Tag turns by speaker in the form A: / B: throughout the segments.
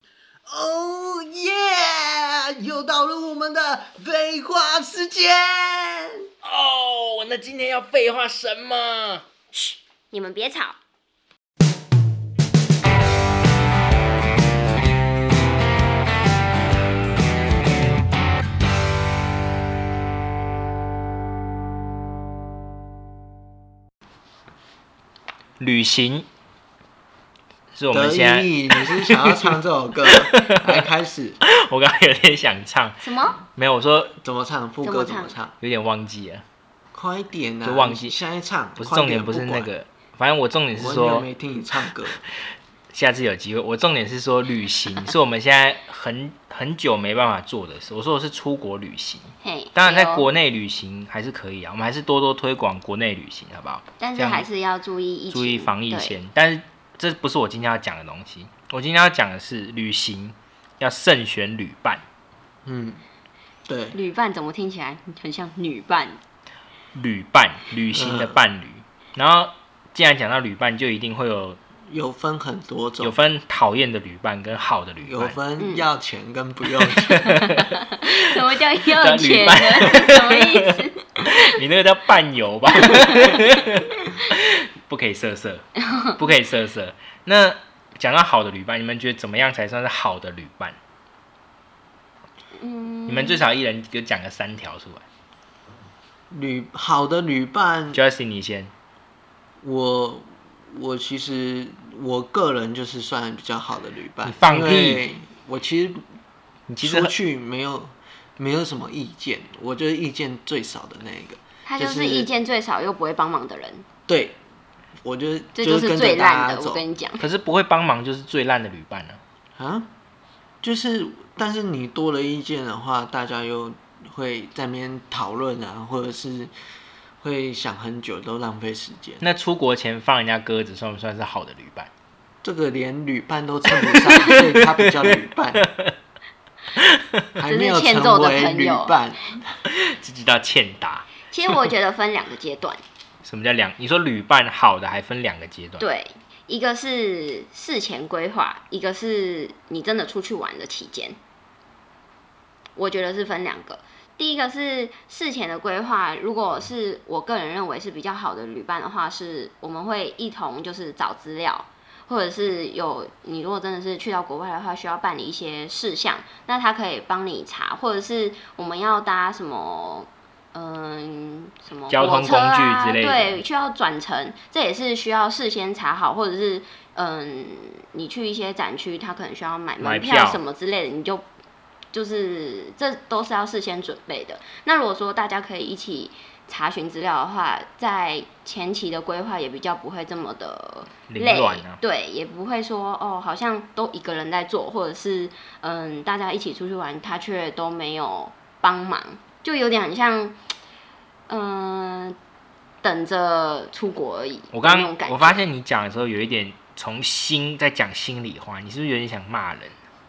A: 家 Oh 又到了我们的废话时间。
B: 哦，那今天要废话什么？
C: 嘘，你们别吵。
B: 旅行是我们
A: 得
B: 现在，
A: 意，你是想要唱这首 歌？来开始，
B: 我刚刚有点想唱，
C: 什么？
B: 没有，我说
A: 怎么唱？副歌怎么
C: 怎
A: 唱？
B: 有点忘记了，
A: 快点呐、啊！
B: 就忘记
A: 现在唱，
B: 不是
A: 快
B: 重
A: 点
B: 点，不是
A: 管
B: 那。个，反正我重点是
A: 我有
B: 说
A: 没听你唱歌？
B: 下次有机会，我重点是说旅行是我们现在很很久没办法做的事。我说我是出国旅行，
C: 嘿，
B: 当然
C: 对
B: 在
C: 哦
B: 国内旅行还是可以啊，我们还是多多推广国内旅行，好不好？
C: 但
B: 这
C: 是
B: 样
C: 还是要注意疫情，
B: 注意防疫
C: 对。
B: 先。但是这不是我今天要讲的东西，我今天要讲的是旅行要慎选旅伴，
A: 嗯，对，
C: 旅伴怎么听起来很像女伴？
B: 旅伴
A: 嗯
B: 旅行的伴侣。然后既然讲到旅伴，就一定会有
A: 有分很多种，
B: 有分讨厌的旅伴跟好的旅
A: 有
B: 伴。
A: 分
C: 嗯
A: 要钱跟不用钱。
C: 什么叫要
B: 旅
C: 钱
B: 伴
C: 呢？ 什么意思？
B: 你那个叫伴游吧？ 不可以色色， 不可以色色。那讲到好的旅伴，你们觉得怎么样才算是好的旅伴？
C: 嗯，
B: 你们最少一人就讲个三条出来。
A: 旅好的旅伴，
B: Justin，你先。
A: 我我其实我个人就是算比较好的旅伴。
B: 你放屁！
A: 我其实
B: 你其实
A: 出
B: 很
A: 去没有没有什么意见，我就是意见最少的那一个。
C: 他就
A: 就是
C: 是意见最少又不会帮忙的人，
A: 对，我就是
C: 这
A: 就
C: 就是
A: 跟
C: 最
A: 着大
C: 烂
A: 家
C: 的。我
A: 走
C: 跟你讲，
B: 可是不会帮忙就是最烂的旅伴啊。
A: 啊，就是但是你多了意见的话，大家又会在那边讨论啊，或者是会想很久，都浪费时间。
B: 那出国前放人家鸽子算不算是好的旅伴？
A: 这个连旅伴都称不 上，所以他不叫旅伴，还没有
C: 这是欠揍
A: 成
C: 的
A: 为
C: 朋
A: 旅
C: 友
A: 伴。
B: 这就叫欠打。
C: 其实我觉得分两个阶段，
B: 什么叫两？你说旅伴好的还分两个阶段，
C: 对，一个是事前规划，一个是你真的出去玩的期间。我觉得是分两个，第一个是事前的规划，如果是我个人认为是比较好的旅伴的话，是我们会一同就是找资料。或者是有你如果真的是去到国外的话，需要办理一些事项，那他可以帮你查，或者是我们要搭什么，嗯，什么
B: 交通
C: 火车啊
B: 工具之类的
C: 对，需要转乘，这也是需要事先查好，或者是嗯，你去一些展区，他可能需要买
B: 买
C: 门
B: 票
C: 票什么之类的，你就就是这都是要事先准备的。那如果说大家可以一起查询资料的话，在前期的规划也比较不会这么的
B: 凌
C: 累，
B: 乱啊。
C: 对，也不会说哦，好像都一个人在做，或者是嗯，大家一起出去玩，他却都没有帮忙，就有点很像，嗯、等着出国而已。
B: 我刚
C: 那种
B: 刚
C: 感觉
B: 我发现你讲的时候有一点从心在讲心里话，你是不是有点想骂人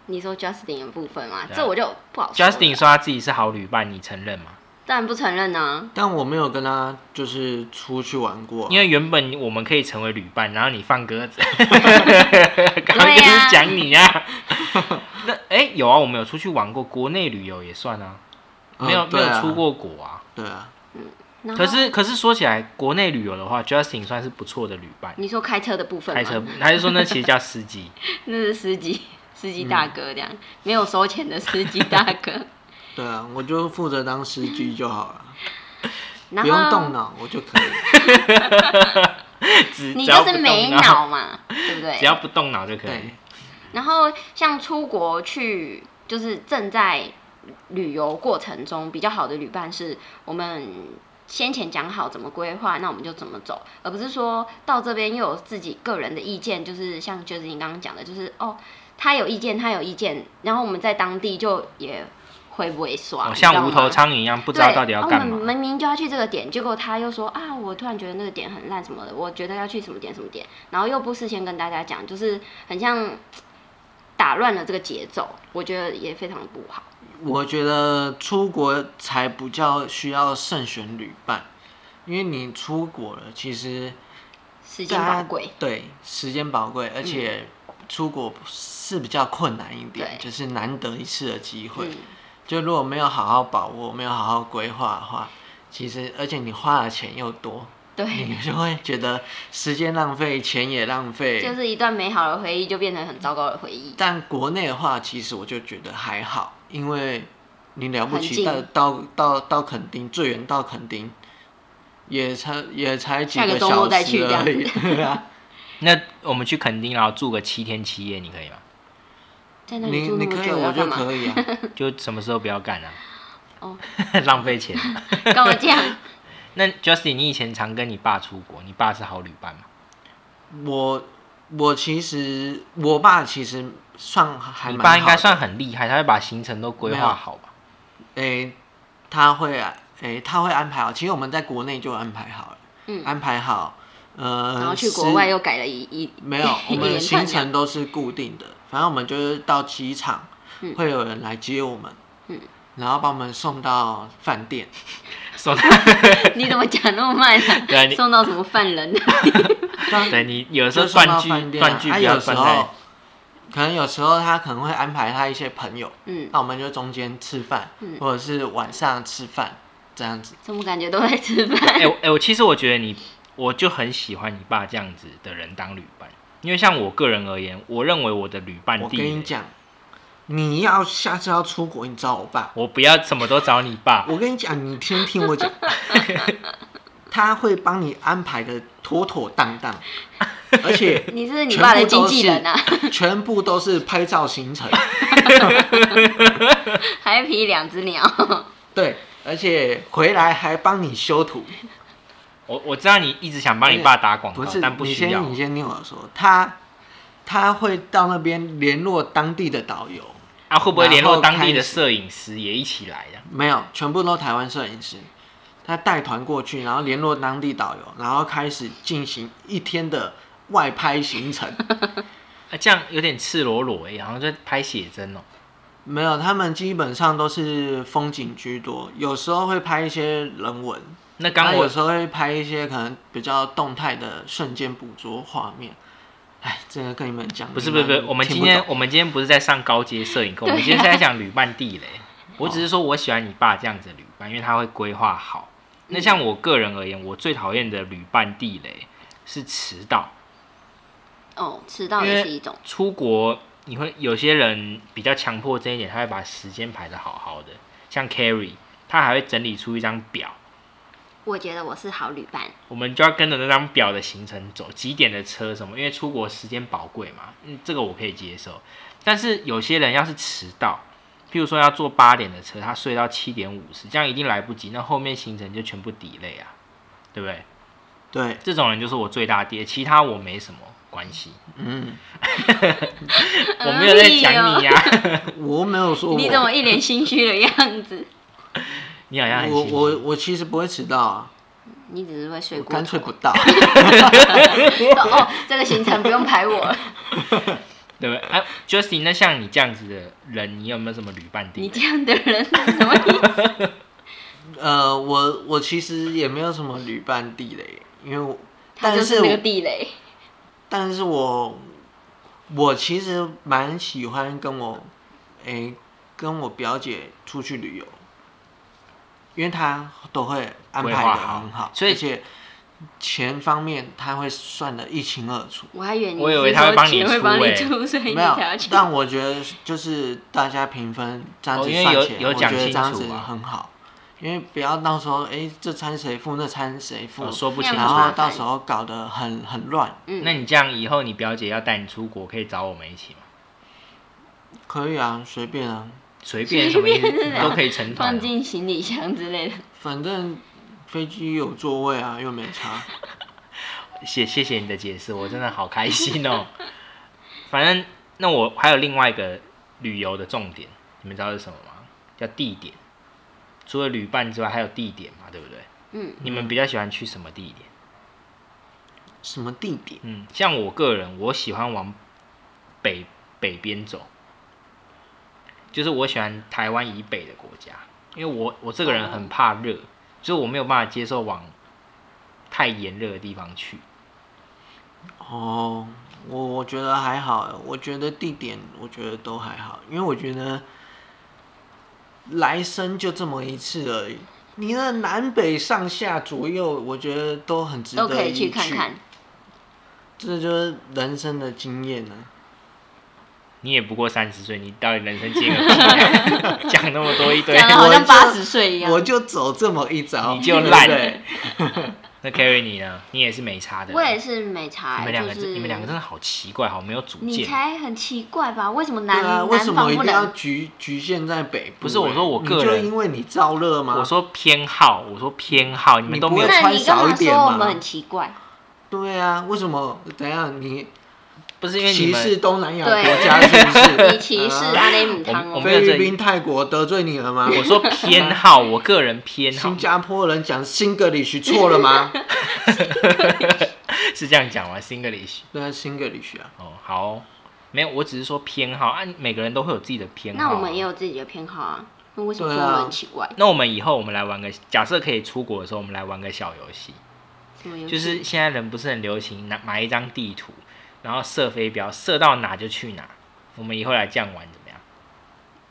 C: 你说 Justin 的部分嘛，
B: 对啊
C: 这我就不好说了。
B: ？Justin 说他自己是好旅伴，你承认吗？
C: 当然不承认啊呢、
A: 但我没有跟他就是出去玩过，
C: 哦
B: 因为原本我们可以成为旅伴，然后你放鸽 子，刚刚就
C: 对啊
B: 是讲你 啊。那哎、有啊，我们有出去玩过，国内旅游也算啊，
A: 嗯
C: 哦
B: 没有、没
A: 对啊
B: 有出过国啊。
A: 对啊，
C: 然后
B: 可是可是说起来，国内旅游的话，Justin 算是不错的旅伴。
C: 你说开车的部分吗，
B: 开车还是说那其实叫司机？
C: 那是司机司
B: 嗯
C: 机大哥这样，没有收钱的司机大 哥，
A: 对啊，我就负责当司机就好了，
C: 然
A: 不
C: 后
A: 用动脑我就可 以。
B: 只
C: 你
B: 只要
C: 就
B: 不
C: 是没
B: 动脑，
C: 脑嘛，对不对？
B: 只要不动脑就可以
A: 对。，
C: 然后像出国去，就是正在旅游过程中比较好的旅伴是我们。先前讲好怎么规划，那我们就怎么走，而不是说到这边又有自己个人的意见，就是像就是你刚刚讲的，就是哦，他有意见，他有意见，然后我们在当地就也回不会刷，
B: 哦
C: 你知道
B: 像无头
C: 吗
B: 苍蝇一样，不知
C: 对，哦
B: 道到底要干
C: 我们
B: 嘛。
C: 明明就要去这个点，结果他又说啊，我突然觉得那个点很烂什么的，我觉得要去什么点什么点，然后又不事先跟大家讲，就是很像打乱了这个节奏，我觉得也非常不好。
A: 我觉得出国才比较需要慎选旅伴，因为你出国了，其实
C: 时间
A: 大家
C: 宝贵，嗯
A: 对，时间宝贵，而且出国是比较困难一点，
C: 对
B: 啊
A: 就是难得一次的机会。
C: 嗯，
A: 就如果没有好好把握，没有好好规划的话，其实而且你花的钱又多，
C: 对，
A: 你就会觉得时间浪费，钱也浪费。
C: 就是一段美好的回忆就变成很糟糕的回忆。
A: 但国内的话，其实我就觉得还好，因为你了不
C: 很
A: 起
C: 近
A: 到到到到垦丁，最远到垦丁，也才也才几
C: 下个周末
A: 小
C: 再去
A: 时
C: 这样
A: 而
C: 子
A: 已。 对啊，
B: 那我们去垦丁，然后住个七天七夜，你可以吗？
C: 在 那里
A: 你
C: 住那
A: 你
C: 么
A: 可以，
C: 久要
A: 我就
C: 干嘛？
A: 可 以啊。
B: 就什么时候不要干啊？
C: 嗯哦，
B: 浪费钱。
C: 跟我 讲，
B: 那 Justin，你以前常跟你爸出国，你爸是好旅伴吗？
A: 我我其实我爸其实算还
B: 你
A: 蛮
B: 爸应该
A: 好的
B: 算很厉害，他会把行程都规划好吧？
A: 诶、他会啊，诶、他会安排好。其实我们在国内就安排好了，
C: 嗯，
A: 安排好，呃，
C: 然后去
A: 时
C: 国外又改了一 一，
A: 没有 我们
C: 一连
A: 的
C: 串
A: 行
C: 这样
A: 程都是固定的，反正我们就是到机场、
C: 嗯
A: 会有人来接我们，
C: 嗯
A: 然后把我们送到饭 店。
B: 送
C: 你怎么讲那么慢啊？
B: 对啊你
C: 送到什么犯人？
B: 对你有时
A: 就
B: 候
A: 送到
B: 断句
A: 饭店、
B: 断
A: 啊，
B: 句
A: 啊
B: 不要
A: 有时
B: 断
A: 候
B: 太。
A: 可能有时候他可能会安排他一些朋友，
C: 嗯，
A: 那我们就中间吃饭，
C: 嗯
A: 或者是晚上吃饭这样子。
C: 怎么感觉都在吃饭？
B: 哎、我哎、我其实我觉得你，我就很喜欢你爸这样子的人当旅伴，因为像我个人而言，我认为我的旅伴
A: 我
B: 地
A: 跟你
B: 雷，
A: 讲，你要下次要出国，你找我爸。
B: 我不要什么都找你爸。
A: 我跟你讲，你先听我讲， 他会帮你安排的妥妥当 当，而且
C: 你是你爸的经纪人啊，
A: 全部都是拍照行程，
C: 还劈两只鸟，
A: 对，而且回来还帮你修图，
B: 我我知道你一直想帮你爸打广告
A: 不，是？
B: 但不
A: 你
B: 需要
A: 先你。先听我说，他他会到那边联络当地的导游，
B: 啊，会不会联
A: 然
B: 络
A: 后
B: 当地
A: 开
B: 的
A: 始
B: 摄影师也一起来啊呀、
A: 没有，全部都台湾摄影师。他带团过去，然后联络当地导游，然后开始进行一天的外拍行 程。
B: 啊？这样有点赤裸裸哎、欸，好像在拍写真哦、
A: 没有，他们基本上都是风景居多，有时候会拍一些人文，
B: 那
A: 然
B: 刚
A: 后
B: 我
A: 有时候会拍一些可能比较动态的瞬间捕捉画面。哎，这个跟你们讲，
B: 不是
A: 你
B: 不是不是，
A: 听
B: 我们
A: 不
B: 今天
A: 懂
B: 我们今天不是在上高阶摄影课，我们
C: 对啊
B: 今天是在讲旅伴地雷。
A: 哦
B: 我只是说我喜欢你爸这样子的旅伴，因为他会规划好。那
A: 嗯
B: 像我个人而言，我最讨厌的旅伴地雷是迟到。
C: 哦，迟到也是一种，
B: 出国你会有些人比较强迫这一点，他会把时间排的好好的，像 Carry，他还会整理出一张表，
C: 我觉得我是好旅伴，
B: 我们就要跟着那张表的行程走，几点的车什么，因为出国时间宝贵嘛，嗯，这个我可以接受。但是有些人要是迟到，譬如说要坐八点的车，他睡到七点五十，这样一定来不及，那后面行程就全部 delay 啊，对不对？
A: 对，
B: 这种人就是我最大的爹，其他我没什么关系，
A: 嗯，
B: 我没有在讲你啊
C: 呀、
B: 呀、
A: 我没有说我，
C: 哎你怎么一脸心虚的样子？
B: 哎你好像很
A: 我
B: 心虚
A: 我我其实不会迟到啊，
C: 你只是会睡
A: 我
C: 过
A: 干
C: 头
A: 脆不到。
C: 说哦，这个行程不用排我 了，
B: 对不对？哎、j u s t i n 那像你这样子的人，你有没有什么旅伴
C: 你
B: 地？
C: 这样的人是什么意思？
A: 呃，我我其实也没有什么旅伴地雷，因为我
C: 他就
A: 但是
C: 那个
A: 我
C: 地雷，
A: 但是我我其实蛮喜欢跟我诶、跟我表姐出去旅游，因为她都会安
B: 规
A: 排
B: 划
A: 的
B: 好
A: 很好，
B: 所以
A: 而且钱方面她会算的一清二楚。
C: 我还以为你
B: 我以为
C: 是
B: 他会
C: 说
B: 帮你
C: 钱会
B: 出
C: 帮你
B: 欸
C: 出，所以你
A: 没有
C: 才要，去。
A: 但我觉得就是大家平分这样
B: 哦
A: 子
B: 因为
A: 算
B: 有
A: 钱，
B: 有
A: 我
B: 讲
A: 觉得
B: 清
A: 这样
B: 楚
A: 子
B: 啊
A: 很好，因为不要到时候诶这餐谁付，那餐谁付，
B: 我哦说不清
C: 那
B: 楚
C: 样
A: 然
C: 子。
A: 后
C: 麻
A: 到
C: 烦
A: 时候搞得很很乱。
C: 嗯，
B: 那你这样以后，你表姐要带你出国，可以找我们一起吗？
A: 可以啊，随便啊，
B: 随便什么意
C: 随便是
B: 思
C: 哪
B: 都可以成团
C: 放
B: 哦。
C: 进行李箱之类的。
A: 反正飞机有座位啊，又没差。
B: 谢谢谢你的解释，我真的好开心哦。 反正那我还有另外一个旅游的重点，你们知道是什么吗？叫地点。除了旅伴之外，还有地点嘛，对不对？
C: 嗯，
B: 你们比较喜欢去什么地点？
A: 什么地点？
B: 嗯，像我个人，我喜欢往北北边走，就是我喜欢台湾以北的国家，因为我我这个人很怕热，所以我没有办法接受往太炎热的地方去。
A: 哦，我我觉得还好，我觉得地点我觉得都还好，因为我觉得来生就这么一次而已。你那南北上下左右，我觉得都很值得
C: 都可以
A: 一
C: 去看看。
A: 这就是人生的经验啊呢、
B: 你也不过三十岁，你到底人生经历个屁啊 讲那么多一堆，
C: 讲的好像
A: 我就
C: 八十岁一样。
A: 我就走这么一遭，
B: 你就
A: 对不
B: 烂
A: 对
B: 那 Carry 你呢？你也是没差的。
C: 我也是没查、
B: 你们两个
C: 就
B: 真，
C: 是
B: 你们两个真的好奇怪，好没有主
C: 你
B: 见。
C: 才很奇怪吧？为什么南、
A: 对啊，为
C: 南
A: 什么
C: 方
A: 一
C: 不
A: 定要
C: 能？
A: 局局限在北部？欸
B: 不是我说我个人
A: 你就因为你燥热吗？
B: 我说偏好，我说偏好，你们都没有
A: 不会
C: 那你
A: 穿少
C: 干嘛
A: 一点
C: 说我
A: 嘛
C: 们很奇怪？
A: 对啊，为什么？等一下你
B: 不是因为你
A: 歧视
B: 们，
A: 东南亚
C: 对
A: 国家是不 是？
C: 你歧视
A: 啊
C: 阿雷姆汤
B: 我
C: 哦？
B: 们
A: 菲律宾、泰国得罪你 了吗？
B: 我说偏好，我个人偏好
A: 新加坡人讲新格里许错了 吗？
B: 是这样讲吗？Singlish
A: 对啊，新格里许啊，
B: 哦，好哦没有，我只是说偏好啊，每个人都会有自己的偏好。
C: 那我们也。有自己的偏好啊，那为什么
A: 对
C: 说我们
A: 啊
C: 很奇怪？
B: 那我们以后我们来玩个，假设可以出国的时候，我们来玩个小游戏，
C: 什么游戏
B: 就是现在人不是很流行拿买一张地图，然后射飞镖，射到哪就去哪。我们以后来这样玩怎么样？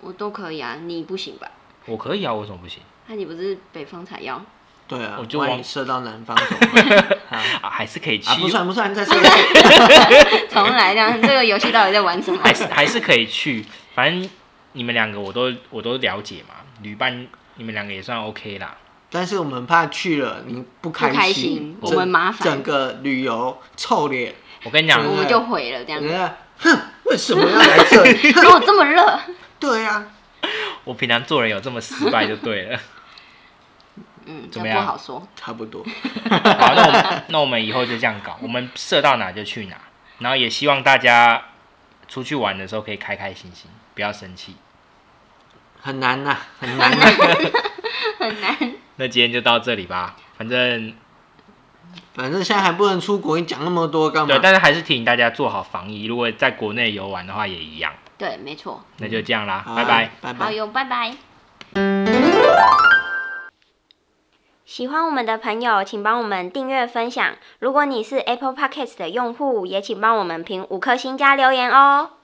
C: 我都可以啊，你不行吧？
B: 我可以啊，为什么不行？
C: 那你不是北方采药？
A: 对啊，
B: 我就
A: 万
B: 往
A: 一射到南方怎么 办啊？
B: 啊，还是可以去，
A: 啊，不算不算，再射一 次。
C: 重来这样，这个游戏到底在玩什 么？
B: 还是还是可以去。反正你们两个我都我都了解嘛，旅伴你们两个也算 OK 啦。
A: 但是我们怕去了你不
C: 不开
A: 心
C: 心，
A: 整
C: 我们麻烦
A: 整个旅游臭脸，
B: 我跟你讲
A: 对，
C: 我们就毁了这 样
A: 人。家哼，为什么要来这 里？
C: 然后这么热，
A: 对啊，
B: 我平常做人有这么失败就对了。
C: 嗯，这
B: 怎么
C: 不
B: 样
C: 好说。
A: 差不多。
B: 好，那我们那我们以后就这样搞，我们射到哪就去哪，然后也希望大家出去玩的时候可以开开心心，不要生气。
A: 很难呐、很难呐、
B: 那今天就到这里吧，反正
A: 反正现在还不能出国，你讲那么多干嘛
B: 对，？但是还是提醒大家做好防疫，如果在国内游玩的话也一样。
C: 对，没错。
B: 那就这样啦，
A: 好
B: 拜拜。，
A: 拜拜
C: 好。哟，拜拜。
D: 喜欢我们的朋友，请帮我们订阅分享。如果你是 Apple Podcast 的用户，也请帮我们评五颗星加留言哦。